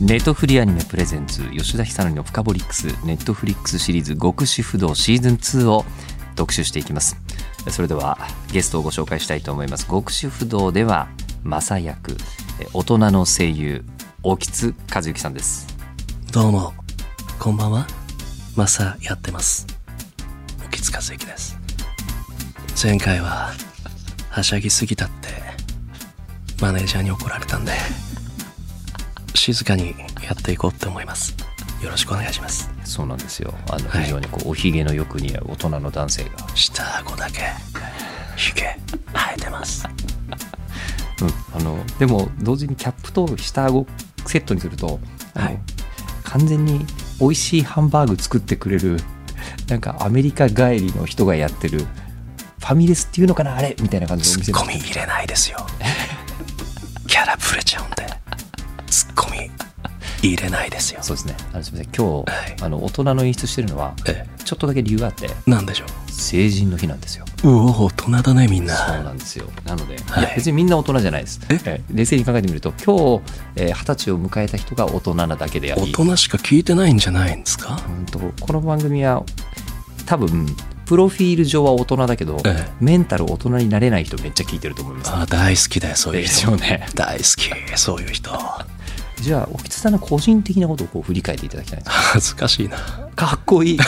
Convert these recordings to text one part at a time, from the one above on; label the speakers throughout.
Speaker 1: ネットフリアニメプレゼンツ吉田久典の「フカボリックス」ネットフリックスシリーズ「極主不動」シーズン2を特集していきますそれではゲストをご紹介したいと思います極主不動ではマサ役え大人の声優大津和之さんです
Speaker 2: どうも、こんばんは。マサやってます。沖津和之です。前回は、はしゃぎすぎたって、マネージャーに怒られたんで、静かにやっていこうって思います。よろしくお願いします。
Speaker 1: そうなんですよあの
Speaker 2: はい
Speaker 1: 非常にこうおひげのよく似合う大人の男性が
Speaker 2: 下顎だけ、ひげ、生えてます。
Speaker 1: うん、あのでも同時にキャップと下顎セットにすると、あの
Speaker 2: はい
Speaker 1: 完全に美味しいハンバーグ作ってくれる なんかアメリカ帰りの人がやってるファミレスっていうのかなあれみたいな感じのお店
Speaker 2: ツッ
Speaker 1: で
Speaker 2: コミ入れないですよ。キャラぶれちゃうんで、ツッコミ入れないですよ。
Speaker 1: そうですねあのすみません今日、
Speaker 2: はい
Speaker 1: あの大人の演出してるのは
Speaker 2: え
Speaker 1: ちょっとだけ理由があって
Speaker 2: え、なんでしょ
Speaker 1: 成人の日なんですよ
Speaker 2: う。うお、大人だね、みんな。
Speaker 1: そうなんですよなので、
Speaker 2: はい
Speaker 1: いや別にみんな大人じゃないです
Speaker 2: え
Speaker 1: え冷静に考えてみると今日えー二十、歳を迎えた人が大人なだけであり
Speaker 2: 大人しか聞いてないんじゃないんですか
Speaker 1: うんとこの番組は多分プロフィール上は大人だけど、
Speaker 2: ええ
Speaker 1: メンタル大人になれない人めっちゃ聞いてると思います、
Speaker 2: あ大好きだよそういう
Speaker 1: です
Speaker 2: 人
Speaker 1: よね
Speaker 2: 大好きそういう人
Speaker 1: じゃあ沖津さんの個人的なことをこう振り返っていただきたいんです
Speaker 2: 恥 ずかしいな
Speaker 1: かっこいい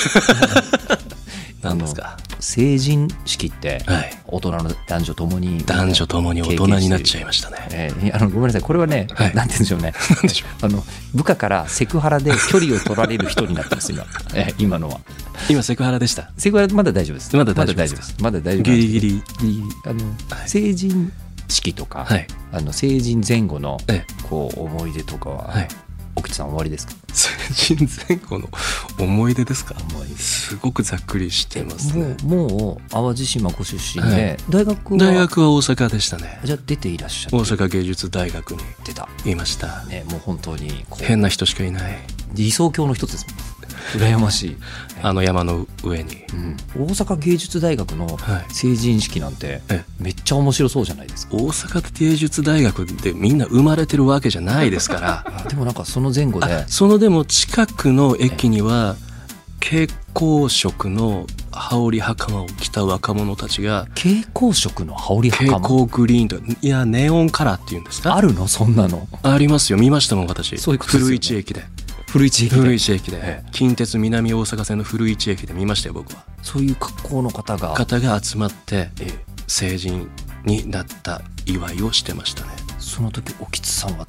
Speaker 2: 何ですか
Speaker 1: 成人式って
Speaker 2: はい
Speaker 1: 大人の男女ともに
Speaker 2: 男女ともに大人になっちゃいましたね
Speaker 1: ええあのごめんなさいこれはね、
Speaker 2: はい
Speaker 1: なんて言うんでしょうね
Speaker 2: なんでしょう
Speaker 1: あの部下からセクハラで距離を取られる人になってます今、ええ今のは
Speaker 2: 今セクハラでした
Speaker 1: セクハラまだ大丈夫です
Speaker 2: まだ大丈夫です
Speaker 1: まだ大丈夫ですまだ大丈夫なんですけ
Speaker 2: ギ
Speaker 1: ど
Speaker 2: リギリ
Speaker 1: あの、
Speaker 2: はい
Speaker 1: 成人式とか、
Speaker 2: はい
Speaker 1: あの成人前後の
Speaker 2: ええ
Speaker 1: こう思い出とかは、
Speaker 2: はい
Speaker 1: 奥地さん終わりですか
Speaker 2: 成人前後の思い出ですか
Speaker 1: 思い出
Speaker 2: すごくざっくりしてますね
Speaker 1: もうもう淡路島ご出身で、
Speaker 2: はい
Speaker 1: 大学は
Speaker 2: 大学は大阪でしたね
Speaker 1: じゃあ出ていらっしゃ
Speaker 2: 大
Speaker 1: っ
Speaker 2: 阪芸術大学に
Speaker 1: てた、
Speaker 2: いました
Speaker 1: ね、もう本当にこう
Speaker 2: 変な人しかいない
Speaker 1: 理想郷の一つですもん羨ましい、
Speaker 2: あの山の上に
Speaker 1: うん、大阪芸術大学の
Speaker 2: はい
Speaker 1: 成人式なんて
Speaker 2: ええ
Speaker 1: めっちゃ面白そうじゃないですか
Speaker 2: 大阪芸術大学でみんな生まれてるわけじゃないですから
Speaker 1: あでもなんか その前後で
Speaker 2: あそのでも近くの駅には蛍光色の羽織袴を着た若者たちが
Speaker 1: 蛍光色の羽織
Speaker 2: 蛍
Speaker 1: 袴
Speaker 2: 光グリーンとかいやネオンカラーっていうんですか
Speaker 1: あるのそんなの
Speaker 2: ありますよ見ましたもん私
Speaker 1: そういうことですよね
Speaker 2: 古市駅で
Speaker 1: 古市駅で
Speaker 2: 古市駅で、
Speaker 1: ええ
Speaker 2: 近鉄南大阪線の古市駅で見ましたよ僕は
Speaker 1: そういう格好の方が
Speaker 2: 方が集まって
Speaker 1: ええ
Speaker 2: 成人になった祝いをしてましたね
Speaker 1: その時興津さんは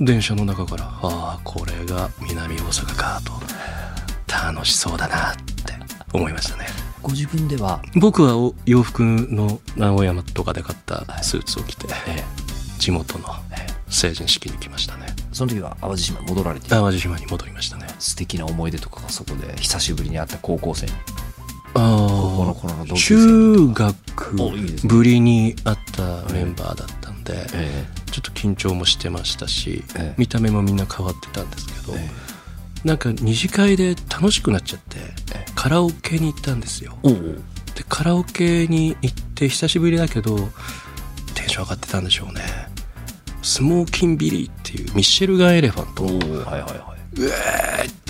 Speaker 2: 電車の中から「ああこれが南大阪か」と楽しそうだなって思いましたね
Speaker 1: ご自分では、
Speaker 2: 僕はお洋服の直山とかで買ったスーツを着て、
Speaker 1: ええ
Speaker 2: 地元の
Speaker 1: ええ
Speaker 2: 成人式に来ましたね
Speaker 1: その時は淡路島に戻られて
Speaker 2: 淡路島に戻りましたね
Speaker 1: 素敵な思い出とかがそこで久しぶりに会った高校生に高校の
Speaker 2: あ
Speaker 1: 頃の同
Speaker 2: あ
Speaker 1: 級生、
Speaker 2: 中
Speaker 1: おいいです
Speaker 2: 学
Speaker 1: ね
Speaker 2: ぶりに会ったメンバーだったんで、
Speaker 1: え
Speaker 2: ちょっと緊張もしてましたし、
Speaker 1: ええ
Speaker 2: 見た目もみんな変わってたんですけど、
Speaker 1: え
Speaker 2: なんか二次会で楽しくなっちゃって、
Speaker 1: ええ
Speaker 2: カラオケに行ったんですよ
Speaker 1: おう
Speaker 2: でカラオケに行って久しぶりだけどテンション上がってたんでしょうねスモーキンビリーっていうミッシェルガン・エレファント
Speaker 1: お
Speaker 2: の
Speaker 1: うはいはいは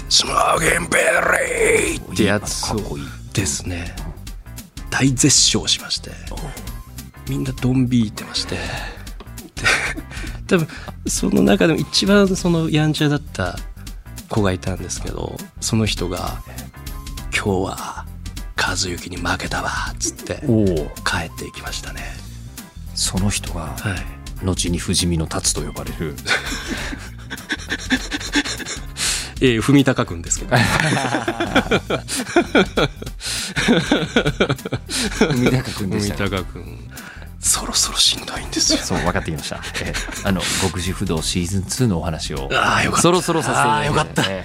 Speaker 2: スモーキンビリー
Speaker 1: い
Speaker 2: ってやつ
Speaker 1: か
Speaker 2: を
Speaker 1: っこいい
Speaker 2: ですね大絶唱しましてみんなドンビーってましてで 多分その中でも一番そのやんちゃだった子がいたんですけどその人が「今日は和幸に負けたわ」っつって
Speaker 1: おお
Speaker 2: 帰っていきましたね
Speaker 1: その人が
Speaker 2: はい
Speaker 1: 後に不死身の達と呼ばれ る
Speaker 2: えー、文高くんですけど
Speaker 1: 海高君で
Speaker 2: 文
Speaker 1: したね
Speaker 2: 高くんそろそろしんどいんですよ
Speaker 1: そう分かってきました、えーあの極主不動シーズン2のお話を
Speaker 2: あーよかった
Speaker 1: そろそろさせていただいて
Speaker 2: あーよかった
Speaker 1: え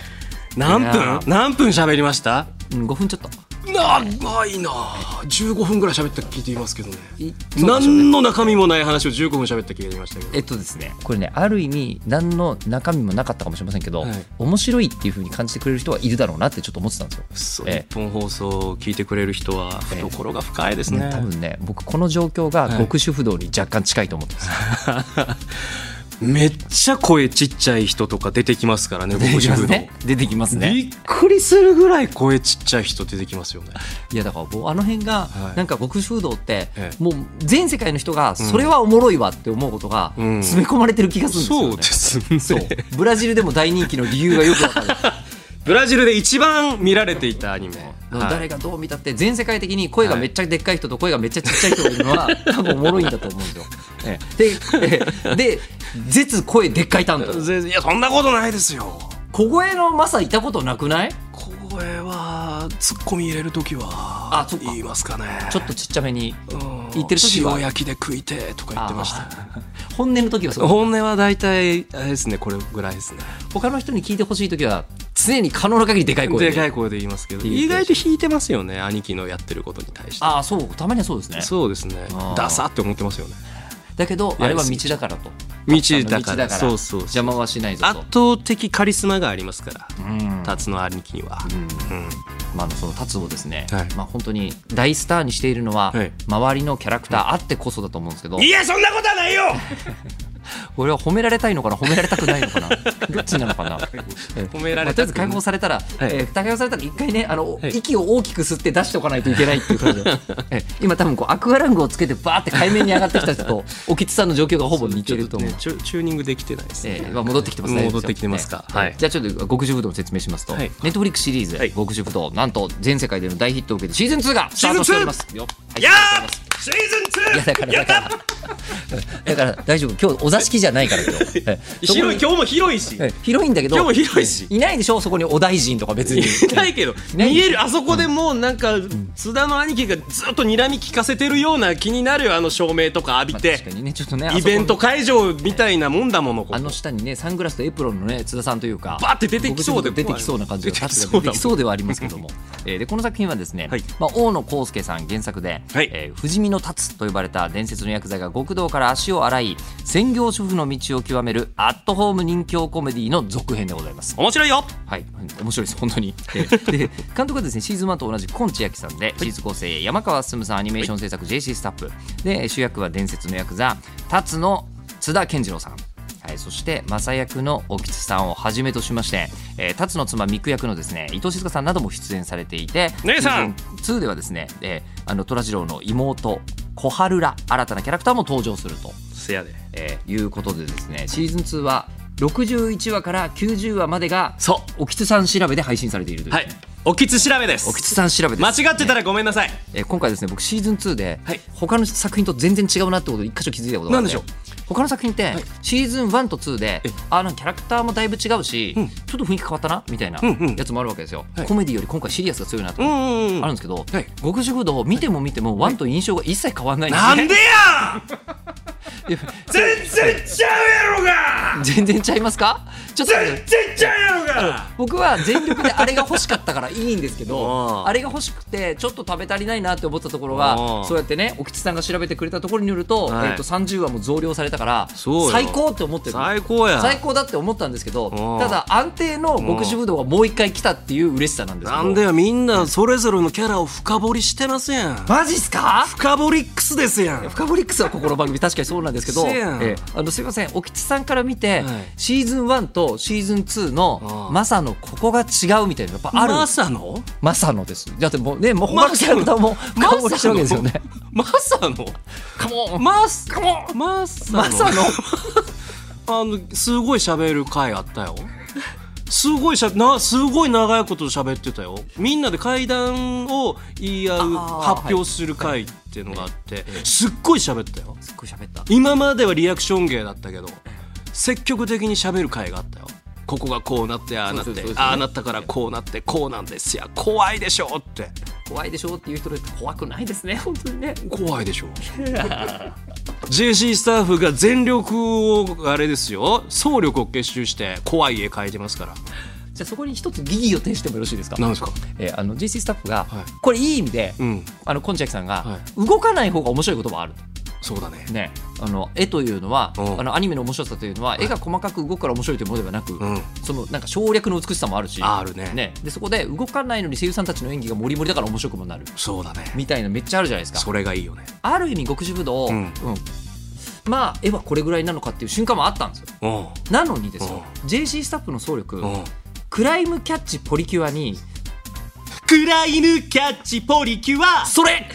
Speaker 2: 何
Speaker 1: いや
Speaker 2: 分何分喋りました
Speaker 1: ーうん5分ちょっと
Speaker 2: 長いなあ15分ぐらい喋った聞いていますけどね
Speaker 1: いそうでしょうね
Speaker 2: 何の中身もない話を15分喋った気がしましたけど
Speaker 1: えっとですねこれねある意味何の中身もなかったかもしれませんけど、
Speaker 2: はい
Speaker 1: 面白いっていう風に感じてくれる人はいるだろうなってちょっと思ってたんですよ。
Speaker 2: そう
Speaker 1: ええ
Speaker 2: 日本放送を聞いてくれる人は
Speaker 1: ええ
Speaker 2: 懐が深いですね
Speaker 1: ね、多分ね僕この状況が
Speaker 2: はい
Speaker 1: 極主不動に若干近いと思って ます、
Speaker 2: めっちゃ声ちっちゃい人とか出てきますからね僕自 分の
Speaker 1: 出てきますね
Speaker 2: びっくりするぐらい声ちっちゃい人出てきますよね
Speaker 1: いやだからもうあの辺が
Speaker 2: はい
Speaker 1: なんか極主不動って
Speaker 2: ええ
Speaker 1: もう全世界の人がそれはおもろいわって思うことが
Speaker 2: うん
Speaker 1: 詰め込まれてる気がするんですよね、
Speaker 2: そうですね
Speaker 1: そうブラジルでも大人気の理由がよくわかる
Speaker 2: ブラジルで一番見られていたアニメ、
Speaker 1: もう
Speaker 2: はい
Speaker 1: 誰がどう見たって全世界的に声がめっちゃでっかい人と声がめっちゃちっちゃい人がいる のは多分おもろいんだと思うんですよ。ええでええで絶声でっかい 担当
Speaker 2: 全然いやそんなことないですよ
Speaker 1: 小声のマサいたことなくない
Speaker 2: これはツッコミ入れる時は
Speaker 1: あそっか
Speaker 2: 言いますかね
Speaker 1: ちょっとちっちゃめに
Speaker 2: うん
Speaker 1: 言ってる時は
Speaker 2: 塩焼きで食いてとか言ってました
Speaker 1: 本音の時はそう
Speaker 2: 本音は大体あれですねこれぐらいですね
Speaker 1: 他の人に聞いてほしい時は常に可能な限りでかい声で
Speaker 2: でかい声で言いますけど
Speaker 1: 言って
Speaker 2: 意外と引いてますよね兄貴のやってることに対して
Speaker 1: ああそうたまにはそうですね
Speaker 2: そうですね
Speaker 1: あー
Speaker 2: ダサって思ってますよね
Speaker 1: だけど
Speaker 2: や
Speaker 1: あれは道だからと
Speaker 2: 道だ
Speaker 1: た
Speaker 2: か
Speaker 1: ったの道だ
Speaker 2: ら
Speaker 1: から
Speaker 2: そうそうそう
Speaker 1: 邪魔はしないぞ
Speaker 2: 圧
Speaker 1: と
Speaker 2: 倒的カリスマがありますから
Speaker 1: うん
Speaker 2: 達の兄貴には、
Speaker 1: うんまああの、その達をですね、
Speaker 2: はい
Speaker 1: まあ、本当に大スターにしているのは、
Speaker 2: はい
Speaker 1: 周りのキャラクターあってこそだと思うんですけど、
Speaker 2: いやそんなことはないよ
Speaker 1: これは褒められたいのかな褒められたくないのか などっちなのかな褒
Speaker 2: められ
Speaker 1: とり
Speaker 2: たくない
Speaker 1: あえず解放されたら、えー解放されたら一回ねあの、息を大きく吸って出しておかないといけないっていう感じでえー今多分こうアクアラングをつけてバーって海面に上がってきた人と興津さんの状況がほぼ似てると思う
Speaker 2: ちょっねチュチューニングできてないですね、
Speaker 1: えーまあ、戻ってきてますね。
Speaker 2: 戻ってきてますか
Speaker 1: えー
Speaker 2: はい
Speaker 1: じゃあちょっと極主不動の説明しますと、
Speaker 2: はい
Speaker 1: ネットフリックスシリーズ、
Speaker 2: はい
Speaker 1: 極主不動なんと全世界での大ヒットを受けてシーズン2がスタートしております。よはいあ
Speaker 2: や
Speaker 1: りがとう
Speaker 2: ーシーズン 2!
Speaker 1: ございますいやだからだからだから大丈夫今日お座敷じゃないから今日。 えーそこに
Speaker 2: 広い今日も広いし
Speaker 1: えー広いんだけど
Speaker 2: 今日も広いし
Speaker 1: えーいないでしょそこにお大臣とか別に。
Speaker 2: いないけど
Speaker 1: ない
Speaker 2: 見えるあそこでもうなんか津田の兄貴がずっと睨み聞かせてるような気になるよあの照明とか浴び
Speaker 1: 確か
Speaker 2: て
Speaker 1: にねちょっとねあそこ
Speaker 2: イベント会場みたいなもんだものここ
Speaker 1: あの下にねサングラスとエプロンのね津田さんというか
Speaker 2: バーって出てきそうで
Speaker 1: 僕ちょっと出てきそうな感じが
Speaker 2: 出
Speaker 1: 出
Speaker 2: て
Speaker 1: て
Speaker 2: きそうだもん
Speaker 1: きそうではありますけどもえーでこの作品はですね、
Speaker 2: はい
Speaker 1: まあ、大野康介さん原作で、
Speaker 2: はい
Speaker 1: えー不死身の達と呼ばれた伝説の薬剤が極道から足を洗い専業主婦の道を極めるアットホーム人形コメディの続編でございます。
Speaker 2: 面白いよ
Speaker 1: はい、面白いです本当に。えーで監督はですねシーズン1と同じ今千秋さんでシリーズ構成山川進さんアニメーション制作 JC スタッフで主役は伝説のヤクザ辰野津田健次郎さん。はい、そして正役の興津さんをはじめとしまして、えー、辰の妻ミク役のですね伊藤静香さんなども出演されていて
Speaker 2: 姉さん
Speaker 1: シーズン2ではですね、えー、あの虎次郎の妹小春ら新たなキャラクターも登場すると
Speaker 2: せやで
Speaker 1: えーいうことでですねシーズン2は61話から90話までが
Speaker 2: そ
Speaker 1: おきつさん調べで配信されているという、
Speaker 2: はいおきつ調べです
Speaker 1: おきつさん調べです
Speaker 2: 間違ってたらごめんなさい
Speaker 1: えー今回ですね僕シーズン2で、
Speaker 2: はい
Speaker 1: 他の作品と全然違うなってことを一箇所気づいたことがあって
Speaker 2: なんでしょう
Speaker 1: 他の作品って、シーズン1と2で
Speaker 2: え
Speaker 1: あなんかキャラクターもだいぶ違うし、
Speaker 2: うん
Speaker 1: ちょっと雰囲気変わったなみたいな
Speaker 2: うんうん
Speaker 1: やつもあるわけですよ、
Speaker 2: はい
Speaker 1: コメディより今回シリアスが強いなと
Speaker 2: う
Speaker 1: 思う、
Speaker 2: んうん
Speaker 1: あ
Speaker 2: う
Speaker 1: るん
Speaker 2: ん
Speaker 1: ですけど
Speaker 2: はい
Speaker 1: 「極主不動」見ても見ても1と印象が一切変わんないんですね
Speaker 2: なんでや
Speaker 1: いや
Speaker 2: 全然ちゃうやろが
Speaker 1: 全然ちゃいますかちょっと待って
Speaker 2: 全然ちゃうやろが
Speaker 1: 僕は全力であれが欲しかったからいいんですけ
Speaker 2: あ
Speaker 1: ど
Speaker 2: ー
Speaker 1: あれが欲しくてちょっと食べ足りないなって思ったところが
Speaker 2: あー
Speaker 1: そうやってねお吉さんが調べてくれたところによると,、
Speaker 2: はい
Speaker 1: えっと30話も増量されたから
Speaker 2: そうよ
Speaker 1: 最高って思ってる
Speaker 2: 最高や
Speaker 1: 最高だって思ったんですけど
Speaker 2: ん
Speaker 1: ただ安定の極主ぶどうがもう一回来たっていう嬉しさなんですけど
Speaker 2: なんでやみんなそれぞれのキャラを深掘りしてますやん
Speaker 1: マジっすか
Speaker 2: 深掘りックスですや
Speaker 1: フ
Speaker 2: ん
Speaker 1: カボリックスはここの番組確かにそうなんですけど、
Speaker 2: せやん
Speaker 1: ええあのすいませんお吉さんから見て、
Speaker 2: い
Speaker 1: シーズン1とシーズン2の
Speaker 2: うん
Speaker 1: マサのここが違うみたいなのやっぱあるんですよ
Speaker 2: マサの
Speaker 1: マサノです。だってもうね、もう他のキャラクターも顔してるわけですよね。
Speaker 2: マサの
Speaker 1: カモン
Speaker 2: マスカモマサの
Speaker 1: マサノ
Speaker 2: あのすごい喋る回あったよすごいしゃなすごい長いこと喋ってたよみんなで階段を言い合う
Speaker 1: あー
Speaker 2: 発表する回っていうのがあって、すっごい喋ったよ
Speaker 1: すっごい喋った。
Speaker 2: 今まではリアクション芸だったけど積極的に喋る回があったよここがこうなってああなっ
Speaker 1: そうそう
Speaker 2: て
Speaker 1: そうそう
Speaker 2: ああなったからこうなってこうなんですや怖いでしょって
Speaker 1: 怖いでしょっていう人で怖くないですね本当にね
Speaker 2: 怖いでしょ JC スタッフが全力をあれですよ総力を結集して怖い絵描いてますから
Speaker 1: じゃあそこに一つ疑義を呈してもよろしいですか
Speaker 2: なんですか
Speaker 1: えーあの JC スタッフが、
Speaker 2: はい
Speaker 1: これいい意味で、
Speaker 2: うん
Speaker 1: あのこんちゃきさんが、
Speaker 2: は
Speaker 1: 動かない方が面白いこともある
Speaker 2: そうだね
Speaker 1: ねあの絵というのは
Speaker 2: うん
Speaker 1: あのアニメの面白さというのは絵が細かく動くから面白いというものではなく、
Speaker 2: うん
Speaker 1: そのなんか省略の美しさもあるし
Speaker 2: あるね
Speaker 1: ね、でそこで動かないのに声優さんたちの演技がモリモリだから面白くもなる
Speaker 2: そうだね
Speaker 1: みたいなめっちゃあるじゃないですか
Speaker 2: それがいいよね
Speaker 1: ある意味極主武道、
Speaker 2: うん
Speaker 1: まあ絵はこれぐらいなのかっていう瞬間もあったんですよ
Speaker 2: うん
Speaker 1: なのにですよ JC スタッフの総力
Speaker 2: うん
Speaker 1: クライムキャッチポリキュアに
Speaker 2: クライムキャッチポリキュア
Speaker 1: それ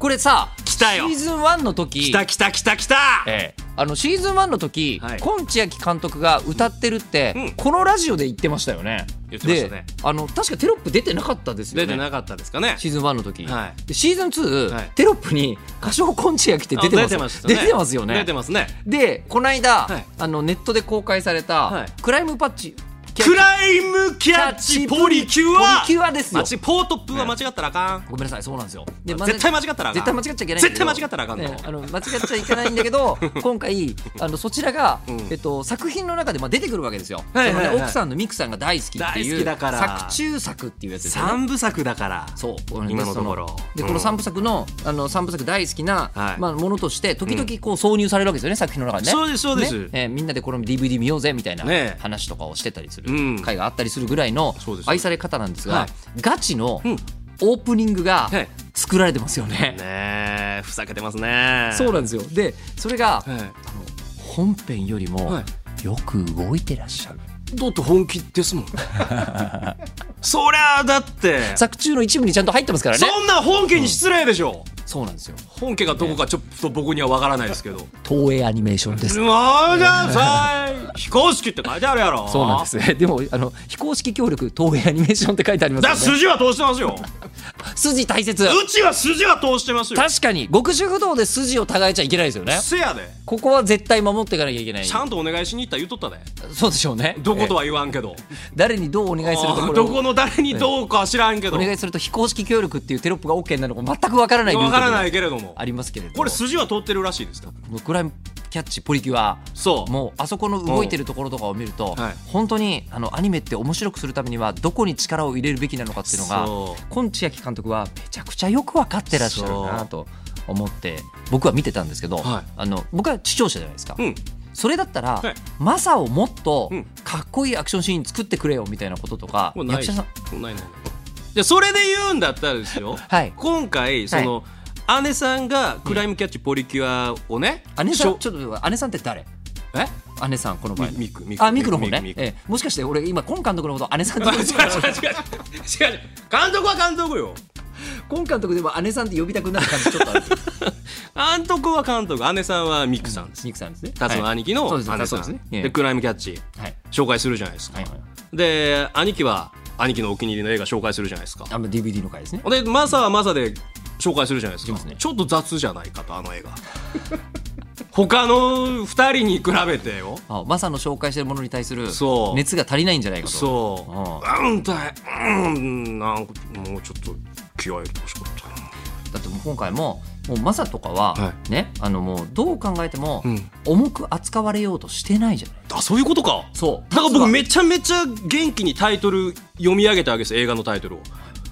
Speaker 1: これさ
Speaker 2: 来たよ
Speaker 1: シーズン1の時
Speaker 2: 来た来た来た来た
Speaker 1: ええ、あのシーズン1の時、
Speaker 2: はい
Speaker 1: 今千秋監督が歌ってるって、
Speaker 2: うん
Speaker 1: このラジオで言ってましたよね。
Speaker 2: 言ってましたね
Speaker 1: であの確かテロップ出てなかったですよ
Speaker 2: 出
Speaker 1: ね。
Speaker 2: てなかったですかね
Speaker 1: シーズン1の時、
Speaker 2: は
Speaker 1: でシーズン2、
Speaker 2: はい
Speaker 1: テロップに「歌唱今千秋」って出てま
Speaker 2: あ出
Speaker 1: す
Speaker 2: て
Speaker 1: よ
Speaker 2: ましたね
Speaker 1: 出てますよね
Speaker 2: 出てますね
Speaker 1: でこの間、
Speaker 2: はい
Speaker 1: あのネットで公開された、
Speaker 2: はい
Speaker 1: クライムパッチキャ
Speaker 2: クライムキャッチポリキュア
Speaker 1: ポリキュアですよ
Speaker 2: 間違ポートップは間違ったらあかん
Speaker 1: ごめんなさいそうなんですよで
Speaker 2: 絶対間違ったらあかん
Speaker 1: 絶対間違っちゃいけないんだけど
Speaker 2: 絶対間違ったらあかんの
Speaker 1: ねあの間違っちゃいけないんだけ ど今回あのそちらが、
Speaker 2: うん
Speaker 1: えっと、作品の中でまあ出てくるわけですよ、
Speaker 2: はいはいはい
Speaker 1: そのね奥さんのミクさんが大好きって
Speaker 2: 大
Speaker 1: い
Speaker 2: 好
Speaker 1: う
Speaker 2: きだから
Speaker 1: 作中作っていうやつですよね
Speaker 2: 三部作だから
Speaker 1: そう
Speaker 2: 今のところ
Speaker 1: そで
Speaker 2: うん
Speaker 1: この三部作のあの三部作大好きな、
Speaker 2: はい
Speaker 1: まあ、ものとして時々こう挿入されるわけですよね、作品の中でね
Speaker 2: そうですそうです
Speaker 1: ねえーみんなでこの DVD 見ようぜみたいな
Speaker 2: ね
Speaker 1: 話とかをしてたりす
Speaker 2: う
Speaker 1: る
Speaker 2: ん
Speaker 1: 回があったりするぐらいの
Speaker 2: そうです
Speaker 1: 愛され方なんですが、
Speaker 2: はい
Speaker 1: ガチの
Speaker 2: うん
Speaker 1: オープニングが
Speaker 2: はい
Speaker 1: 作られてますよね。
Speaker 2: ねえふざけてますね
Speaker 1: そうなんですよでそれが、
Speaker 2: はい
Speaker 1: あの本編よりも
Speaker 2: は
Speaker 1: よく動いてらっしゃる、
Speaker 2: だって本気ですもん そりゃあだって
Speaker 1: 作中の一部にちゃんと入ってますからね
Speaker 2: そんな本家に失礼でしょ、
Speaker 1: そうなんですよ
Speaker 2: 本家がどこかちょっと僕にはわからないですけど
Speaker 1: 東映アニメーションです
Speaker 2: まださい非公式って書いてあるやろ
Speaker 1: そうなんですねでもあの非公式協力東映アニメーションって書いてあります
Speaker 2: だから
Speaker 1: よね
Speaker 2: 筋は通してますよ
Speaker 1: 筋大切
Speaker 2: うちは筋は通してますよ
Speaker 1: 確かに極主不動で筋を互えちゃいけないですよね
Speaker 2: せやで
Speaker 1: ここは絶対守っていかなきゃいけない
Speaker 2: ちゃんとお願いしに行ったら言っとったで
Speaker 1: そうでしょうね
Speaker 2: どこと
Speaker 1: は
Speaker 2: は言わんけど
Speaker 1: 誰にどうお願いするところ
Speaker 2: ど
Speaker 1: を
Speaker 2: この誰にどうかは知らんけ
Speaker 1: お
Speaker 2: ど
Speaker 1: 願
Speaker 2: わ
Speaker 1: いすると非公式協力っていうテロップが OK になるのか全くわからないルート
Speaker 2: からな
Speaker 1: で
Speaker 2: いけれども
Speaker 1: ありますけれども
Speaker 2: これ筋は通ってるらしいですよ
Speaker 1: クライムキャッチポリキュア
Speaker 2: そう
Speaker 1: もうあそこの動いてるところとかを見ると、
Speaker 2: うんはい
Speaker 1: 本当にあのアニメって面白くするためにはどこに力を入れるべきなのかっていうのが
Speaker 2: そう
Speaker 1: 今千秋監督はめちゃくちゃよく分かってらっしゃるなと思って僕は見てたんですけど、
Speaker 2: はい
Speaker 1: あの僕は視聴者じゃないですか。
Speaker 2: うん
Speaker 1: それだったら、
Speaker 2: はい
Speaker 1: マサをもっと
Speaker 2: うん
Speaker 1: かっこいいアクションシーン作ってくれよみたいなこととか、
Speaker 2: もうない
Speaker 1: 役者さん
Speaker 2: もうないないないじゃあそれで言うんだったらですよ、
Speaker 1: はい
Speaker 2: 今回その、姉さんがクライムキャッチポリキュアをね、
Speaker 1: 姉さ
Speaker 2: し
Speaker 1: ん
Speaker 2: ょ
Speaker 1: ちょっと姉さんって誰
Speaker 2: え
Speaker 1: 姉さんこの場合の
Speaker 2: ミクミク
Speaker 1: あミクの方ね
Speaker 2: ミクミク
Speaker 1: ええもしかして俺今今監督のこと姉さんって
Speaker 2: 違う
Speaker 1: 言って
Speaker 2: 違う違う違う違う監督は監督よ
Speaker 1: 今監督でも姉さんって呼びたくなる感じちょっとある
Speaker 2: 監督は監督姉さんはミクさんです、
Speaker 1: ミクさんですね
Speaker 2: タツの兄貴の
Speaker 1: はいそう
Speaker 2: 姉
Speaker 1: です
Speaker 2: さん、
Speaker 1: そうですね
Speaker 2: で
Speaker 1: ええ
Speaker 2: クライムキャッチ
Speaker 1: はい
Speaker 2: 紹介するじゃないですか、
Speaker 1: はいはい
Speaker 2: で兄貴は兄貴のお気に入りの映画紹介するじゃないですか
Speaker 1: あの DVD の回ですね
Speaker 2: でマサはマサで紹介するじゃないです
Speaker 1: し
Speaker 2: か
Speaker 1: ますね
Speaker 2: ちょっと雑じゃないかとあの映画 他の2人に比べてよ
Speaker 1: あマサの紹介してるものに対する
Speaker 2: そう
Speaker 1: 熱が足りないんじゃないかと
Speaker 2: そううんだいうんなんかもうちょっと気合い入れてほしかったな
Speaker 1: だってもう今回ももうマサとかは、
Speaker 2: は
Speaker 1: ねあのもうどう考えても、
Speaker 2: うん
Speaker 1: 重く扱われようとしてないじゃない
Speaker 2: あそういうことか
Speaker 1: そう
Speaker 2: だから僕
Speaker 1: は
Speaker 2: めちゃめちゃ元気にタイトル読み上げたわけです映画のタイトルを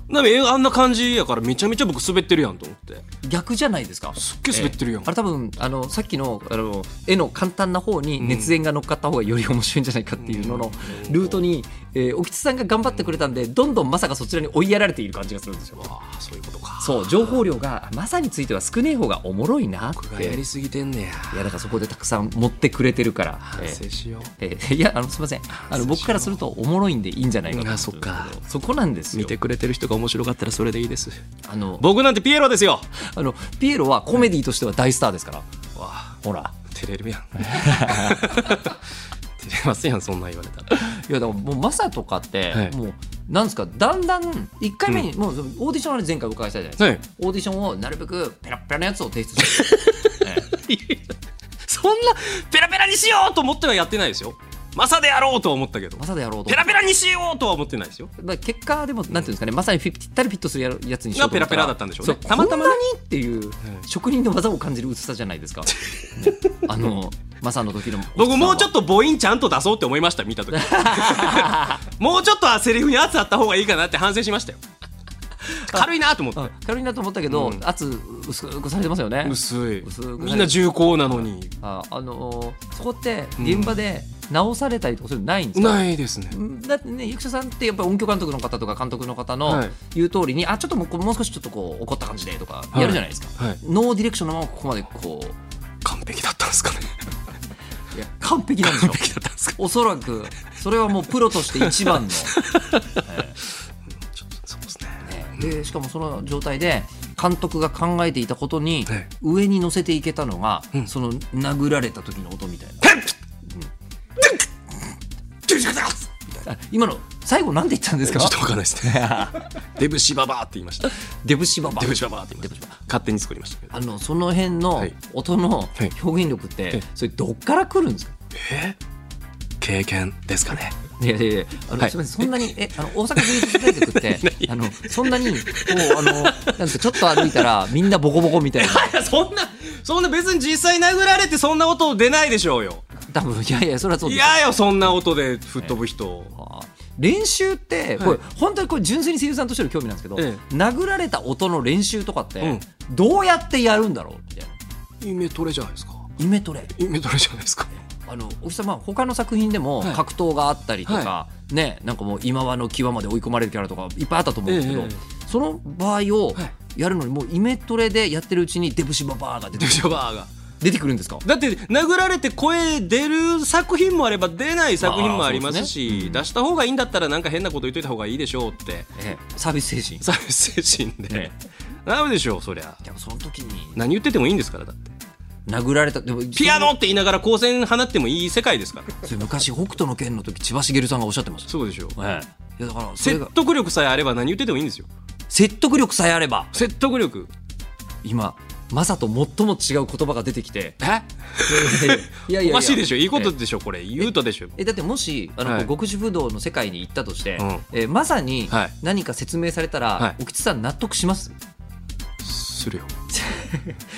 Speaker 2: なのに映画あんな感じやからめちゃめちゃ僕滑ってるやんと思って
Speaker 1: 逆じゃないですか
Speaker 2: すっげえ滑ってるやん、
Speaker 1: あれ多分あのさっきのあの絵の簡単な方に熱演が乗っかった方がより面白いんじゃないかっていうののルートに、えー、お吉さんが頑張ってくれたんでどんどんまさかそちらに追いやられている感じがするんですよ。
Speaker 2: ああそういうことか
Speaker 1: そう情報量がまさについては少ねえ方がおもろいなって
Speaker 2: 僕がやりすぎてんねや
Speaker 1: いやだからそこでたくさん持ってくれてるから、え
Speaker 2: 反
Speaker 1: ー
Speaker 2: 省しよう
Speaker 1: えーいやあのすみませんあの僕からするとおもろいんでいいんじゃないかと
Speaker 2: あそっか
Speaker 1: そこなんですよ
Speaker 2: 見てくれてる人が面白かったらそれでいいです
Speaker 1: あの
Speaker 2: 僕なんてピエロですよ
Speaker 1: あのピエロはコメディとしては大スターですから、
Speaker 2: わあ
Speaker 1: ほら
Speaker 2: 照れるやん 照れますやんそんなん言われたら
Speaker 1: いやだからもうマサとかって、
Speaker 2: はい
Speaker 1: もうなんですかだんだん1回目に、もうオーディションあれ前回お伺いしたじゃないですか、
Speaker 2: は
Speaker 1: オ
Speaker 2: い
Speaker 1: ーディションをなるべくペラッペラなやつを提出 して、ええ
Speaker 2: そんなペラペラにしようと思ってはやってないですよマサであろうとは思ったけど
Speaker 1: まさでやろうと
Speaker 2: ペラペラにしようとは思ってないですよ
Speaker 1: まあ、結果でもなんていうんですかね、まさにぴったりフィットするややつにしようと思
Speaker 2: がペラペラだったんでしょうね
Speaker 1: そう
Speaker 2: たまたまね
Speaker 1: こんなにっていう職人の技を感じる薄さじゃないですか、ねあのマサの時の
Speaker 2: 僕もうちょっ
Speaker 1: と
Speaker 2: と母音ちゃんと出そうって思いました見 た時もうちょっとはセリフに圧あった方がいいかなって反省しましたよ軽いなと思って
Speaker 1: 軽いなと思ったけど、
Speaker 2: うん
Speaker 1: 圧薄くされてますよね
Speaker 2: 薄い
Speaker 1: 薄く
Speaker 2: みんな重厚なのに
Speaker 1: ああのーそこって現場で直されたりとかそういうのないんですか、
Speaker 2: ないですね
Speaker 1: うんだってね役者さんってやっぱり音響監督の方とか監督の方の
Speaker 2: はい
Speaker 1: 言う通りに、あちょっともうこうもう少しちょっとこう怒った感じでとかやるじゃないですか、
Speaker 2: はいはい
Speaker 1: ノーディレクションのままここまでこう
Speaker 2: 完璧だったんですかね
Speaker 1: いや完璧なんでしょ
Speaker 2: 完璧だったんですか
Speaker 1: おそらくそれはもうプロとして一 番の、
Speaker 2: ちょっとそうですね
Speaker 1: ねでしかもその状態で監督が考えていたことに
Speaker 2: はい
Speaker 1: 上に乗せていけたのが、
Speaker 2: うん
Speaker 1: その殴られた時の音みたいな
Speaker 2: ペンドゥンクドゥンク
Speaker 1: あ今の最後なんて言ったんです
Speaker 2: ちょ
Speaker 1: か
Speaker 2: っとわかんないですね デブシババーって言いました
Speaker 1: デブシババ
Speaker 2: デブシババーって言いました勝手に作りましたけど
Speaker 1: あのその辺の
Speaker 2: はい
Speaker 1: 音の
Speaker 2: い
Speaker 1: 表現力って、
Speaker 2: ええ
Speaker 1: それどっから来るんですか
Speaker 2: え経験ですかね
Speaker 1: いやいやいやあの、
Speaker 2: はい
Speaker 1: すみませんそんなにえあの大阪芸術大学って あのそんなにこうあのなんですかちょっと歩いたらみんなボコボコみたいな
Speaker 2: そんな、そんな別に実際殴られてそんな音出ないでしょうよ。
Speaker 1: 多分いやいやそれはそう
Speaker 2: い
Speaker 1: です
Speaker 2: やよ、そんな音で吹っ飛ぶ人。
Speaker 1: あー練習ってこれ、
Speaker 2: はい
Speaker 1: 本当にこれ純粋に声優さんとしての興味なんですけど、
Speaker 2: え
Speaker 1: 殴られた音の練習とかって、
Speaker 2: うん
Speaker 1: どうやってやるんだろうみたいな
Speaker 2: イメトレじゃないですか。
Speaker 1: イメトレ
Speaker 2: イメトレじゃないですか。
Speaker 1: あのお日様他の作品でも
Speaker 2: はい
Speaker 1: 格闘があったりとか、ねなんかもう今はの際まで追い込まれるキャラとかいっぱいあったと思うんですけど、
Speaker 2: えええ
Speaker 1: その場合を
Speaker 2: はい
Speaker 1: やるのにもうイメトレでやってるうちにデブシババーが出てく
Speaker 2: デブ
Speaker 1: る
Speaker 2: シャバーが。
Speaker 1: 出てくるんですか
Speaker 2: だって殴られて声出る作品もあれば出ない作品もありま
Speaker 1: あ
Speaker 2: す
Speaker 1: ーそうで
Speaker 2: し
Speaker 1: すねうん
Speaker 2: 出した方がいいんだったらなんか変なこと言っといた方がいいでしょうって
Speaker 1: ええサービス精神
Speaker 2: サービス精神
Speaker 1: え
Speaker 2: でなるでしょうそりゃ
Speaker 1: でもその時に
Speaker 2: 何言っててもいいんですからだって
Speaker 1: 殴られたでも
Speaker 2: ピアノって言いながら光線放ってもいい世界ですから
Speaker 1: それ昔北斗の拳の時千葉茂さんがおっしゃってました
Speaker 2: そうでしょう
Speaker 1: ええ、いやだからそれ
Speaker 2: 説
Speaker 1: が
Speaker 2: 得力さえあれば何言っててもいいんですよ
Speaker 1: 説得力さえあれば
Speaker 2: 説得力
Speaker 1: 今マサと最も違う言葉が出てき て
Speaker 2: え
Speaker 1: いやいやいや
Speaker 2: おかしいでしょいいこと
Speaker 1: え
Speaker 2: でしょこれ言うとでしょ
Speaker 1: えだってもしあの、
Speaker 2: はい
Speaker 1: こう極主不動の世界に行ったとして、
Speaker 2: うん
Speaker 1: えまさに
Speaker 2: はい
Speaker 1: 何か説明されたら、
Speaker 2: はい
Speaker 1: お吉さん納得します
Speaker 2: するよ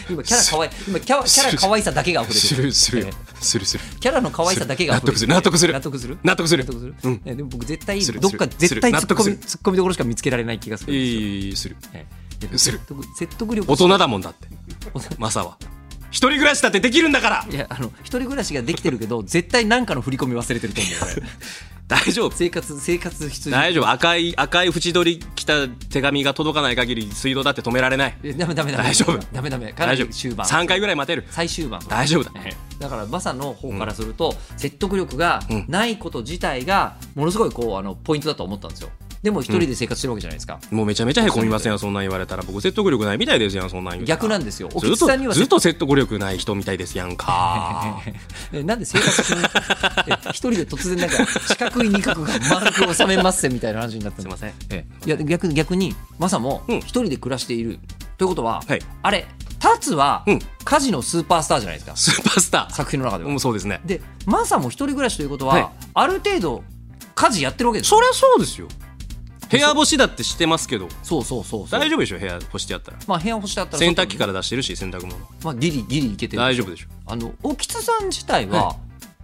Speaker 1: 今キャラ可愛い今キャラキャラ可愛さだけが溢れて
Speaker 2: す
Speaker 1: る
Speaker 2: るするよするする
Speaker 1: キャラの可愛さだけが溢れて
Speaker 2: 納得する
Speaker 1: 納
Speaker 2: 納
Speaker 1: 得する
Speaker 2: 納得する
Speaker 1: 納得する
Speaker 2: うん
Speaker 1: えでも僕絶対
Speaker 2: する
Speaker 1: どっか
Speaker 2: する
Speaker 1: 絶対
Speaker 2: す
Speaker 1: ツ
Speaker 2: る
Speaker 1: ッコミ
Speaker 2: 納得する
Speaker 1: ツッコミどころしか見つけられない気がするんですよ
Speaker 2: いいする
Speaker 1: ええでも
Speaker 2: する
Speaker 1: 説得説得力
Speaker 2: 大人だもんだ って
Speaker 1: 大人
Speaker 2: マサは一人暮らしだってできるんだから
Speaker 1: いやあの一人暮らしができてるけど絶対何かの振り込み忘れてると思う よね
Speaker 2: 大丈夫
Speaker 1: 生活生活必需
Speaker 2: 大丈夫赤い赤い縁取り来た手紙が届かない限り水道だって止められない
Speaker 1: えダメダメダメ
Speaker 2: 大丈夫
Speaker 1: ダメダメかな
Speaker 2: 大丈
Speaker 1: り
Speaker 2: 夫
Speaker 1: 終盤
Speaker 2: 3回ぐらい待てる
Speaker 1: 最終盤それ
Speaker 2: 大丈夫だ
Speaker 1: ええだからマサの方からすると、説得力が
Speaker 2: うん
Speaker 1: ないこと自体がものすごいこうあのポイントだと思ったんですよでも一人で生活してるわけじゃないですか、
Speaker 2: もうめちゃめちゃへこみますやんそんなん言われたら僕説得力ないみたいですやんそんなん言うたら
Speaker 1: 逆なんですよお
Speaker 2: ずっ
Speaker 1: 吉
Speaker 2: と
Speaker 1: さんには
Speaker 2: ずっと説得力ない人みたいですやん か
Speaker 1: えなんで生活してる え一人で突然なんか四角い二角が丸く収めますせみたいな話になったんです
Speaker 2: いません
Speaker 1: ええいや逆に逆にマサも
Speaker 2: うん
Speaker 1: 一人で暮らしている、ということは、
Speaker 2: はい
Speaker 1: あれタツは、
Speaker 2: うん
Speaker 1: カジノスーパースターじゃないですか
Speaker 2: スーパースタ
Speaker 1: 作品の中で
Speaker 2: ー
Speaker 1: は、
Speaker 2: もうそうですね
Speaker 1: でマサも一人暮らしということは、
Speaker 2: はい
Speaker 1: ある程度家事やってるわけですよ
Speaker 2: そりゃそうですよ部屋干しだってしてますけど
Speaker 1: そうそうそうそう
Speaker 2: 大丈夫でしょ部屋干してやったら
Speaker 1: まあ部屋干しだったら、
Speaker 2: 洗濯機からら出してるし洗濯物
Speaker 1: まあ、ギリギリいけてる
Speaker 2: 大丈夫でしょ
Speaker 1: あのおきつさん自体は、
Speaker 2: は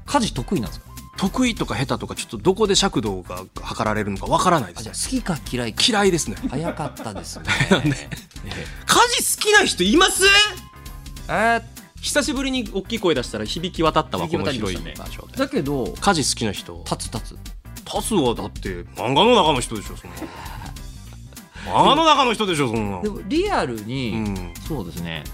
Speaker 1: 家事得意なんですか
Speaker 2: 得意とか下手とかちょっとどこで尺度が測られるのかわからないで
Speaker 1: あじゃあ
Speaker 2: す
Speaker 1: 好きか嫌いか
Speaker 2: 嫌いですね
Speaker 1: 早かった ですね
Speaker 2: 家事好きな人います
Speaker 1: えー
Speaker 2: 久しぶりに大きい声出したら響き渡ったわ
Speaker 1: 響き
Speaker 2: この
Speaker 1: 渡りま
Speaker 2: 広い
Speaker 1: したね
Speaker 2: 場所で
Speaker 1: だけど
Speaker 2: 家事好きな人
Speaker 1: 立つ立つ
Speaker 2: タスはだって漫画の中の人でしょそんな漫画の中の人でしょそんな
Speaker 1: でもリアルに、
Speaker 2: うん
Speaker 1: そうですね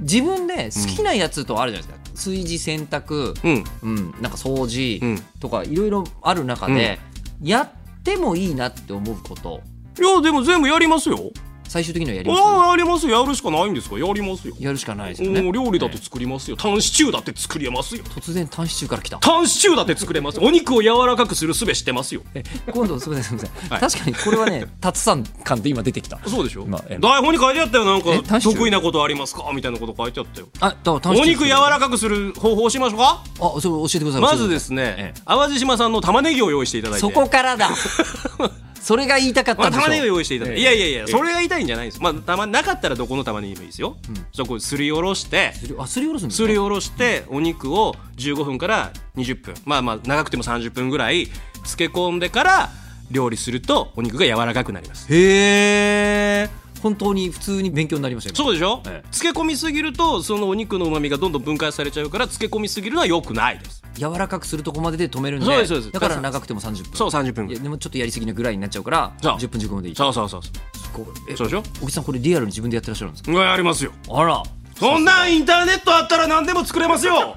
Speaker 1: 自分で好きなやつとあるじゃないですか、炊事洗濯、
Speaker 2: うん
Speaker 1: うん、なんか掃除
Speaker 2: うん
Speaker 1: とかいろいろある中で、やってもいいなって思うこと
Speaker 2: いやでも全部やりますよ
Speaker 1: 最終的にはやります
Speaker 2: ああやりますよやるしかないんですかやりますよ
Speaker 1: やるしかないですよね
Speaker 2: もう料理だと作りますよ、タンシチューだって作れますよ
Speaker 1: 突然タンシチューから来た
Speaker 2: タンシチューだって作れますよお肉を柔らかくする術知ってますよ
Speaker 1: え今度すみませんすみません、
Speaker 2: はい
Speaker 1: 確かにこれはねたつさん感で今出てきた
Speaker 2: そうでしょ、
Speaker 1: まあええ
Speaker 2: 台本に書いてあったよなん
Speaker 1: えタ
Speaker 2: か
Speaker 1: ンシチュー
Speaker 2: 得意なことありますかみたいなこと書いてあったよ
Speaker 1: あだタンシチュー
Speaker 2: お肉柔らかくする方法しましょうか
Speaker 1: あそれ教えてください
Speaker 2: まずですすね、
Speaker 1: ええ
Speaker 2: 淡路島さんの玉ねぎを用意していただいて
Speaker 1: そこからだそれが言いたかった
Speaker 2: まあ、
Speaker 1: んでしょ
Speaker 2: 玉ねぎを用意していただいて、
Speaker 1: ええ
Speaker 2: いやいやいやそれが言いたいんじゃないんですまあたまなかったらどこの玉ねぎでもいいですよ、そこすりおろして
Speaker 1: すりあすりおろすんですか
Speaker 2: すりおろしてお肉を15分から20分まあまあ長くても30分ぐらい漬け込んでから料理するとお肉が柔らかくなります
Speaker 1: へえ本当に普通に勉強になりましたよ
Speaker 2: そうでしょ、
Speaker 1: ええ
Speaker 2: 漬け込みすぎるとそのお肉のうまみがどんどん分解されちゃうから漬け込みすぎるのはよくないです
Speaker 1: 柔らかくするとこまでで止めるんで
Speaker 2: そうですそうです
Speaker 1: だから長くても30分
Speaker 2: そう30分
Speaker 1: い
Speaker 2: ぐ
Speaker 1: や
Speaker 2: らい
Speaker 1: でもちょっとやりすぎなぐらいになっちゃうから
Speaker 2: そう
Speaker 1: 10分15分でいい
Speaker 2: そうそうそうそ
Speaker 1: こうえ
Speaker 2: うそうでしょ
Speaker 1: 小木さんこれリアルに自分でやってらっしゃるんですか
Speaker 2: うわありますよ
Speaker 1: あら
Speaker 2: そんなんインターネットあったら何でも作れます よ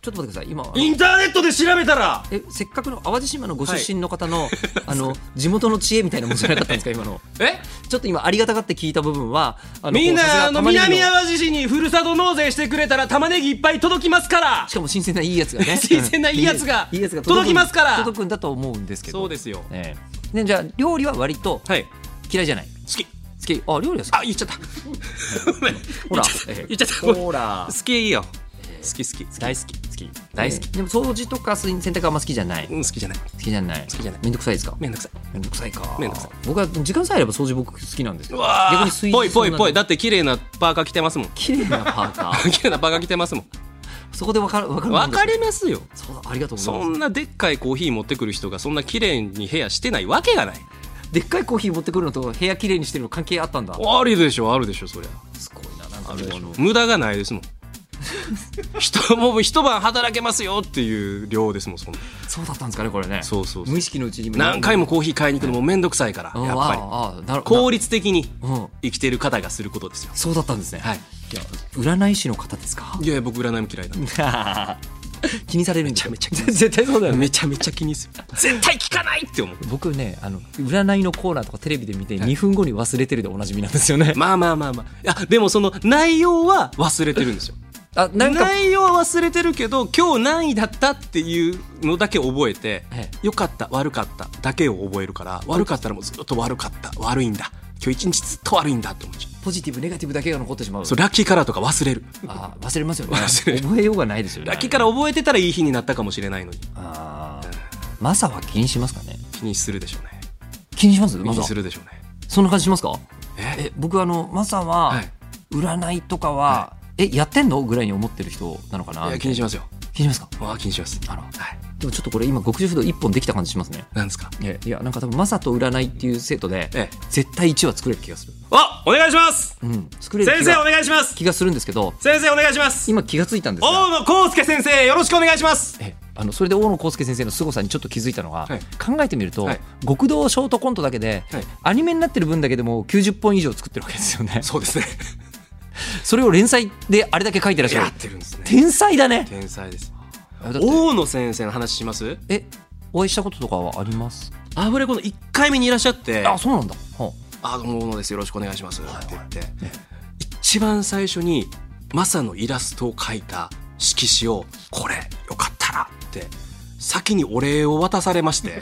Speaker 1: ちょっと待ってください今あの
Speaker 2: インターネットで調べたら
Speaker 1: えせっかくの淡路島のご出身の方の、あの地元の知恵みたいなもんじゃなかったんですか今の
Speaker 2: え
Speaker 1: ちょっと今ありがたがって聞いた部分はあ
Speaker 2: み
Speaker 1: こ
Speaker 2: ん
Speaker 1: うさすが
Speaker 2: なあの
Speaker 1: 玉ねぎ
Speaker 2: 南淡路市にふるさと納税してくれたら玉ねぎいっぱい届きますから
Speaker 1: しかも新鮮ないいやつがね
Speaker 2: 新鮮ないいやつが
Speaker 1: うんいいやつが
Speaker 2: 届きますから
Speaker 1: 届くんだと思うんですけど
Speaker 2: そうですよ
Speaker 1: ええねじゃあ料理は割と
Speaker 2: はい
Speaker 1: 嫌いじゃない
Speaker 2: 好き
Speaker 1: 好きあ料理は好き
Speaker 2: あ言っちゃ った
Speaker 1: ほらええ
Speaker 2: 言っちゃったごめん
Speaker 1: ほら
Speaker 2: 好きいいよ好き好き
Speaker 1: 大好き好き
Speaker 2: 大好き
Speaker 1: でも掃除とか洗濯はあんま好きじゃない
Speaker 2: うん好きじゃない
Speaker 1: 好きじゃない好
Speaker 2: きじゃない
Speaker 1: めんどくさいですか
Speaker 2: めんどくさい
Speaker 1: めんどくさいか
Speaker 2: めんどくさい
Speaker 1: 僕は時間さえあれば掃除僕好きなんですよ
Speaker 2: わ
Speaker 1: 逆
Speaker 2: あ
Speaker 1: に水
Speaker 2: ぽいぽいぽい
Speaker 1: だ
Speaker 2: だって綺麗なパーカー着てますもん
Speaker 1: 綺麗なパーカー
Speaker 2: 綺麗なパーカー着てますもん
Speaker 1: そこでわかるわかるも
Speaker 2: わ
Speaker 1: んだ
Speaker 2: かりますよ
Speaker 1: そうだありがとうござい
Speaker 2: そ
Speaker 1: ま
Speaker 2: んなでっかいコーヒー持ってくる人がそんな綺麗に部屋してないわけがない
Speaker 1: すでっかいコーヒー持ってくるのと部屋綺麗にしてるの関係あったんだ
Speaker 2: あるでしょあるでしょそりゃ
Speaker 1: すごいななんか
Speaker 2: あるでしょ
Speaker 1: の
Speaker 2: 無駄がないで すもん人も一晩働けますよっていう量ですもんそんな
Speaker 1: そうだったんですかねこれね
Speaker 2: そうそうそう
Speaker 1: 無意識のうちに
Speaker 2: 何回
Speaker 1: も
Speaker 2: もコーヒー買いに行くのも面倒くさいから
Speaker 1: やっ
Speaker 2: やっ
Speaker 1: ぱり
Speaker 2: ぱり
Speaker 1: ああなる
Speaker 2: 効率的に
Speaker 1: うん
Speaker 2: 生きてる方がすることですよ
Speaker 1: そうだったんですね
Speaker 2: はい
Speaker 1: や占い師の方ですか
Speaker 2: いやいや僕占いも嫌いなんで
Speaker 1: 気にされるんじゃめちゃ絶対そうだよね
Speaker 2: めちゃめちゃ気にする絶対聞かないって思う
Speaker 1: 僕ねあの占いのコーナーとかテレビで見て2分後に忘れてるでおなじみなんですよね、
Speaker 2: まあまあまあまああでもその内容は忘れてるんですよ
Speaker 1: あなんか
Speaker 2: 内容は忘れてるけど今日何位だったっていうのだけ覚えて
Speaker 1: ええ
Speaker 2: 良かった悪かっただけを覚えるから悪かったらもうずっと悪かった悪いんだ今日一日ずっと悪いんだって思っちゃ
Speaker 1: ポジティブネガティブだけが残ってしまう
Speaker 2: うそうラッキーカラーとか忘れる
Speaker 1: あー忘れますよね
Speaker 2: 忘れる
Speaker 1: 覚えようがないですよね
Speaker 2: ラッキーカラー覚えてたらいい日になったかもしれないのに
Speaker 1: あーマサは気にしますかね
Speaker 2: 気にするでしょうね
Speaker 1: 気にします
Speaker 2: 気
Speaker 1: マ
Speaker 2: に
Speaker 1: サ
Speaker 2: するでしょうね
Speaker 1: そんな感じしますか
Speaker 2: え
Speaker 1: え僕あのマサは、
Speaker 2: はい
Speaker 1: 占いとかは、えやってんのぐらいに思ってる人なのかない
Speaker 2: や気にしますよ
Speaker 1: 気にしますか
Speaker 2: ああ気にします
Speaker 1: あら
Speaker 2: はい
Speaker 1: でもちょっとこれ今極主不動一本できた感じしますね
Speaker 2: なんですか
Speaker 1: えいやなんか多分マサと占いっていう生徒で、
Speaker 2: ええ
Speaker 1: 絶対1は作れる気がする
Speaker 2: あお願いします
Speaker 1: うん作れる気が
Speaker 2: 願いします
Speaker 1: 気がするんですけど
Speaker 2: 先生お願いします
Speaker 1: 今気がついたんですが
Speaker 2: 野康介先生よろしくお願いします
Speaker 1: えあのそれで大野康介先生の凄さにちょっと気づいたのが、
Speaker 2: はい
Speaker 1: 考えてみると、
Speaker 2: はい
Speaker 1: 極道ショートコントだけで、
Speaker 2: はい
Speaker 1: アニメになってる分だけでも90本以上作ってるわけですよね
Speaker 2: そうですね
Speaker 1: それを連載であれだけ書いてらっしゃ
Speaker 2: や
Speaker 1: る
Speaker 2: ってるんですね
Speaker 1: 天才だね
Speaker 2: 天才です
Speaker 1: あだって
Speaker 2: 大野先生の話します
Speaker 1: えお会いしたこととかはあります
Speaker 2: アフレコの1回目にいらっしゃって
Speaker 1: あそうなんだ、は
Speaker 2: あどうも大野ですよろしくお願いします」って言って一番最初にマサのイラストを描いた色紙を「これよかったら」って先にお礼を渡されまして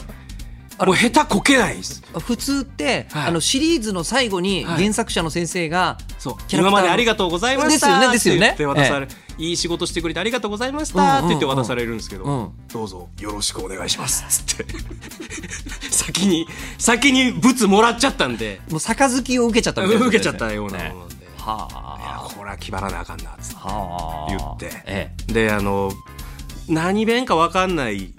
Speaker 2: もう下手こけないです
Speaker 1: あ普通って、
Speaker 2: はい
Speaker 1: あのシリーズの最後に
Speaker 2: はい
Speaker 1: 原作者の先生が、
Speaker 2: そう
Speaker 1: キャラクターの
Speaker 2: 今までありがとうございました
Speaker 1: ですよねですよね
Speaker 2: って言って渡され、いい仕事してくれてありがとうございましたって言って渡されるんですけど、
Speaker 1: うんうんうん
Speaker 2: どうぞよろしくお願いしますっつって 先に先にブツもらっちゃったんで
Speaker 1: もう杯を受けちゃったみたいな、
Speaker 2: 受けちゃったような
Speaker 1: ね
Speaker 2: ものなんで、い
Speaker 1: は
Speaker 2: や
Speaker 1: あ
Speaker 2: これは気張らなあかんなっつっ
Speaker 1: はあ
Speaker 2: 言って
Speaker 1: え
Speaker 2: てであの何弁か分かんないん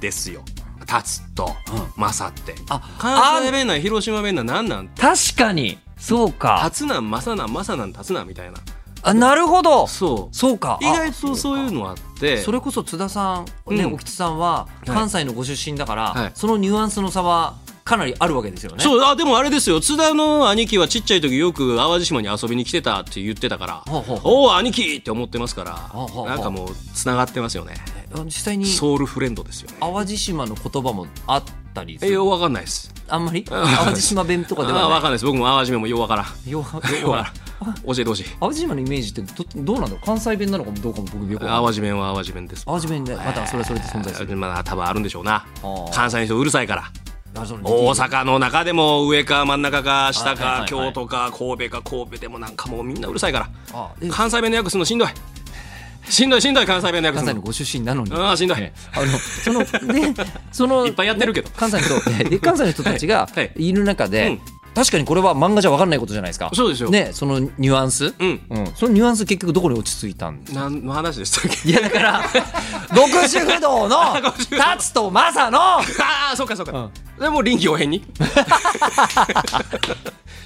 Speaker 2: ですよ立つと、
Speaker 1: う
Speaker 2: マサって
Speaker 1: あ
Speaker 2: 関西弁なん広島弁なんなんなん
Speaker 1: え確かにそうか
Speaker 2: 立つなんマサなんマサなん立つなんみたいな
Speaker 1: あなるほど
Speaker 2: そう
Speaker 1: そうか
Speaker 2: 意外とそういうのあって
Speaker 1: あそれこそ津田さんね
Speaker 2: うん
Speaker 1: 沖津さんは関西のご出身だから、
Speaker 2: はい
Speaker 1: そのニュアンスの差はかなりあるわけですよね。
Speaker 2: そうあでもあれですよ津田の兄貴はちっちゃい時よく淡路島に遊びに来てたって言ってたから
Speaker 1: ほうほうほう
Speaker 2: おお兄貴って思ってますから
Speaker 1: ほうほう
Speaker 2: なんかもうつながってますよね
Speaker 1: あの実際に
Speaker 2: ソウルフレンドですよね
Speaker 1: 淡路島の言葉もあったりす
Speaker 2: え
Speaker 1: る
Speaker 2: ようわかんないです
Speaker 1: あんま り淡路島弁とかで
Speaker 2: あ
Speaker 1: は
Speaker 2: ーわ
Speaker 1: な
Speaker 2: かんないです僕も淡路島もようわからん
Speaker 1: いよう
Speaker 2: ようわからん教えてほしい
Speaker 1: 淡路島のイメージってどどうなんだろう関西弁なのかもどうかも僕よくわかんない
Speaker 2: 淡路弁は淡路弁です
Speaker 1: 淡路弁でまたそれはそれで存在する
Speaker 2: まあ多分あるんでしょうな
Speaker 1: あー
Speaker 2: 関西の人うるさいから
Speaker 1: あその
Speaker 2: 大阪の中でも上か真ん中か
Speaker 1: はいは
Speaker 2: 下
Speaker 1: い
Speaker 2: か
Speaker 1: はい
Speaker 2: 京都か神戸か神戸でもなんかもうみんなうるさいから
Speaker 1: あえ
Speaker 2: 関西弁の訳すのしんどいしんどいしんどい関西弁の訳
Speaker 1: 関
Speaker 2: す
Speaker 1: 西の
Speaker 2: の
Speaker 1: ご出身なのに
Speaker 2: ああしんどい、
Speaker 1: ねあのその でその
Speaker 2: いっぱいやってるけど
Speaker 1: 関西 の人で関西の人たちが
Speaker 2: はい
Speaker 1: いる中で、
Speaker 2: うん
Speaker 1: 確かにこれは漫画じゃ分かんないことじゃないですか
Speaker 2: そうですよ
Speaker 1: ねそのニュアンス、
Speaker 2: うん
Speaker 1: うん、そのニュアンス結局どこに落ち着いた んですか
Speaker 2: 何の話でしたっけ
Speaker 1: いやだから極主不動のタツとマサの
Speaker 2: ああそうかそうか、でも臨機応変 に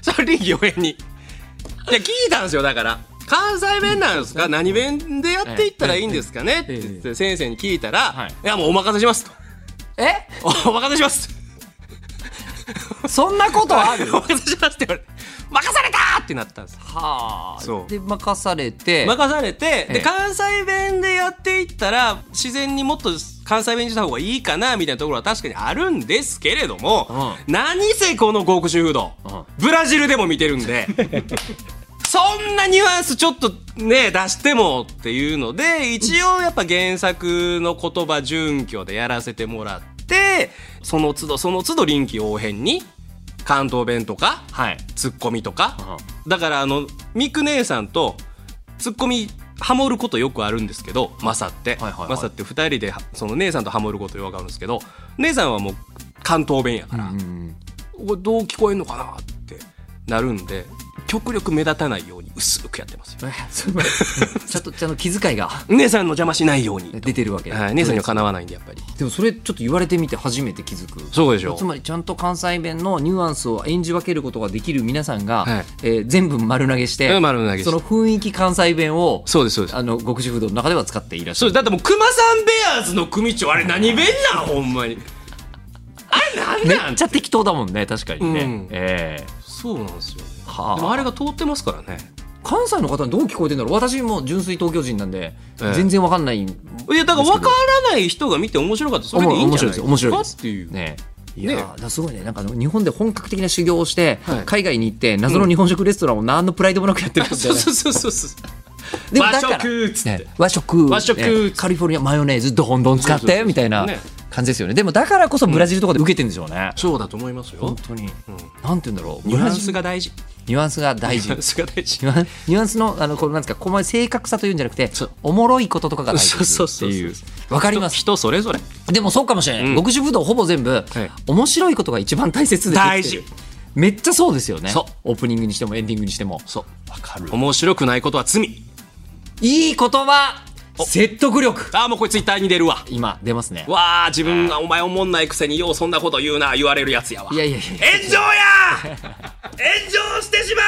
Speaker 2: それ臨機応変にいや聞いたんですよだから関西弁なんですか何弁でやっていったらいいんですかねって言って先生に聞いたら、
Speaker 1: はい
Speaker 2: い、やもうお任せし ますと
Speaker 1: え
Speaker 2: お任せします
Speaker 1: そんなことあ る
Speaker 2: お任せしますって言われて任されたーってなったんです
Speaker 1: はあ
Speaker 2: そう
Speaker 1: で任されて、
Speaker 2: 任されて、
Speaker 1: ええ
Speaker 2: で関西弁でやっていったら自然にもっと関西弁にした方がいいかなみたいなところは確かにあるんですけれども、何せこの極主風道、
Speaker 1: うん
Speaker 2: ブラジルでも見てる んでそんなニュアンスちょっとね出してもっていうので一応やっぱ原作の言葉準拠でやらせてもらってその都度その都度臨機応変に関東弁とか
Speaker 1: はい
Speaker 2: ツッコミとか、だからあのミク姉さんとツッコミハモることよくあるんですけどマサって、
Speaker 1: はいはいはい
Speaker 2: マサって2人でその姉さんとハモることよくあるんですけど姉さんはもう関東弁やから、
Speaker 1: うん
Speaker 2: これどう聞こえんのかなってなるんで極力目立たないように薄くやってますよ
Speaker 1: えそうちょっとちゃんと 気遣いが
Speaker 2: 姉さんの邪魔しないように、
Speaker 1: 出てるわけ、
Speaker 2: はい、姉さんにはかなわないんでやっぱり
Speaker 1: でもそれちょっと言われてみて初めて気づく
Speaker 2: そうでしょ
Speaker 1: つまりちゃんと関西弁のニュアンスを演じ分けることができる皆さんが、
Speaker 2: はい
Speaker 1: えー全部丸投げして
Speaker 2: うん丸投げして
Speaker 1: その雰囲気関西弁を
Speaker 2: そうですそうです
Speaker 1: あの極主不動の中では使っていらっしゃ
Speaker 2: そう
Speaker 1: る
Speaker 2: だってもうクマさんベアーズの組長あれ何弁なんほんまにあれ何
Speaker 1: め
Speaker 2: なん
Speaker 1: っちゃ適当だもんね確かにね、
Speaker 2: うん
Speaker 1: えー
Speaker 2: そうなんですよね
Speaker 1: はあ
Speaker 2: でもあれが通ってますからね
Speaker 1: 関西の方にどう聞こえてんだろう私もう純粋東京人なんで、
Speaker 2: ええ
Speaker 1: 全然わかんない
Speaker 2: いやだから分からない人が見て面白かったらそれでいいんじゃないですか
Speaker 1: 面白いです
Speaker 2: っていう、
Speaker 1: ねいや
Speaker 2: ね
Speaker 1: ーだからすごいねなんかあの日本で本格的な修行をして、
Speaker 2: はい
Speaker 1: 海外に行って謎の日本食レストランを何のプライドもなくやってるんだ
Speaker 2: そ
Speaker 1: よ
Speaker 2: う
Speaker 1: ね
Speaker 2: そうそうそうそう
Speaker 1: でもだ
Speaker 2: 和
Speaker 1: から
Speaker 2: 食っつって、
Speaker 1: ね、和食
Speaker 2: 和食
Speaker 1: ねカリフォルニアマヨネーズどんどん使っ
Speaker 2: そうそうそう
Speaker 1: て
Speaker 2: そう
Speaker 1: みたいな
Speaker 2: ね
Speaker 1: 感じですよねでもだからこそブラジルとかで受けてるんでしょうね、
Speaker 2: そうだと思いますよ
Speaker 1: 本当に、なんて言うんだろう
Speaker 2: ニュア
Speaker 1: ブ
Speaker 2: ンス
Speaker 1: ラ
Speaker 2: が大事
Speaker 1: ジルニュアンスが大
Speaker 2: ニ
Speaker 1: 事
Speaker 2: ュアンスが大事
Speaker 1: ニュアンニュアンスのあのこのなんですかこの正確さというんじゃなくて
Speaker 2: そう
Speaker 1: おもろいこととかが大事っていう
Speaker 2: そうそうそう
Speaker 1: わかります
Speaker 2: 人それぞれ
Speaker 1: でもそうかもしれない、極主武道ほぼ全部、面白いことが一番大切でできてる
Speaker 2: 大事
Speaker 1: めっちゃそうですよね
Speaker 2: そう
Speaker 1: オープニングにしてもエンディングにしても
Speaker 2: そうわかる面白くないことは罪
Speaker 1: いい言葉説得力
Speaker 2: ああもうこれツイッターに出るわ
Speaker 1: 今出ますね
Speaker 2: わあ自分がお前おもんないくせにようそんなこと言うな言われるやつやわ
Speaker 1: いやいやいや
Speaker 2: 炎 上や炎上してしま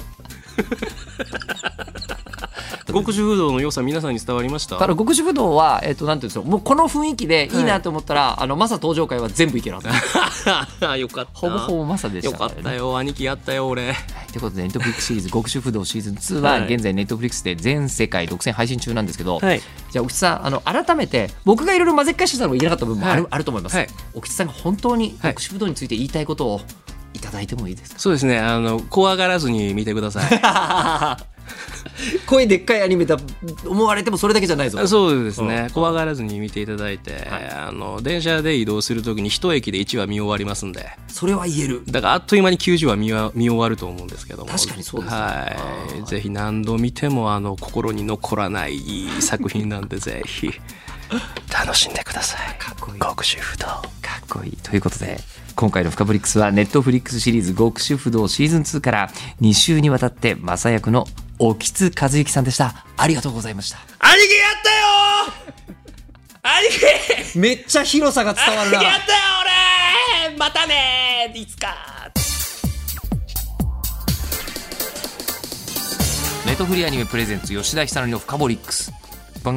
Speaker 2: う 極主風道の良さ皆さんに伝わりました
Speaker 1: だから極主武道は、えっとなんていうんですかもうこの雰囲気でいいなと思ったら、あのマサ登場会は全部いけるはず
Speaker 2: よかった
Speaker 1: ほぼほぼマサでした
Speaker 2: よかったよ兄貴やったよ俺
Speaker 1: ということで、ネットフリックスシリーズ、極主不動シーズン2は、
Speaker 2: はい
Speaker 1: 現在、ネットフリックスで全世界独占配信中なんですけど、
Speaker 2: はい
Speaker 1: じゃあ、奥津さん、あの改めて、僕がいろいろ混ぜっかいしてたのがいけなかった部分もある,、
Speaker 2: はい
Speaker 1: あると思います。
Speaker 2: はい
Speaker 1: 奥津さんが本当に
Speaker 2: はい
Speaker 1: 極主不動について言いたいことをいただいてもいいですか、
Speaker 2: そうですねあの怖がらずに見てくださ い
Speaker 1: 声でっかいアニメだ思われてもそれだけじゃないぞ。
Speaker 2: そうですね怖がらずに見ていただいて、あの電車で移動するときに一駅で1話見終わりますんで
Speaker 1: それは言える。
Speaker 2: だからあっという間に90話見わ見終わると思うんですけども
Speaker 1: 確かにそうですね
Speaker 2: はいぜひ何度見てもあの心に残らないいい作品なんでぜひ楽しんでください
Speaker 1: かっこいい
Speaker 2: 極主不動
Speaker 1: かっこいいということで今回の「フカボリックス」はネットフリックスシリーズ「極主不動」シーズン2から2週にわたってマサ役の沖津和之さんでしたありがとうございました
Speaker 2: 兄貴やったよ兄貴
Speaker 1: めっちゃ広さが伝わる な
Speaker 2: やったよ俺またねいつか
Speaker 1: ネットフリアニメプレゼンツ吉田ひさのりの「フカボリックス」番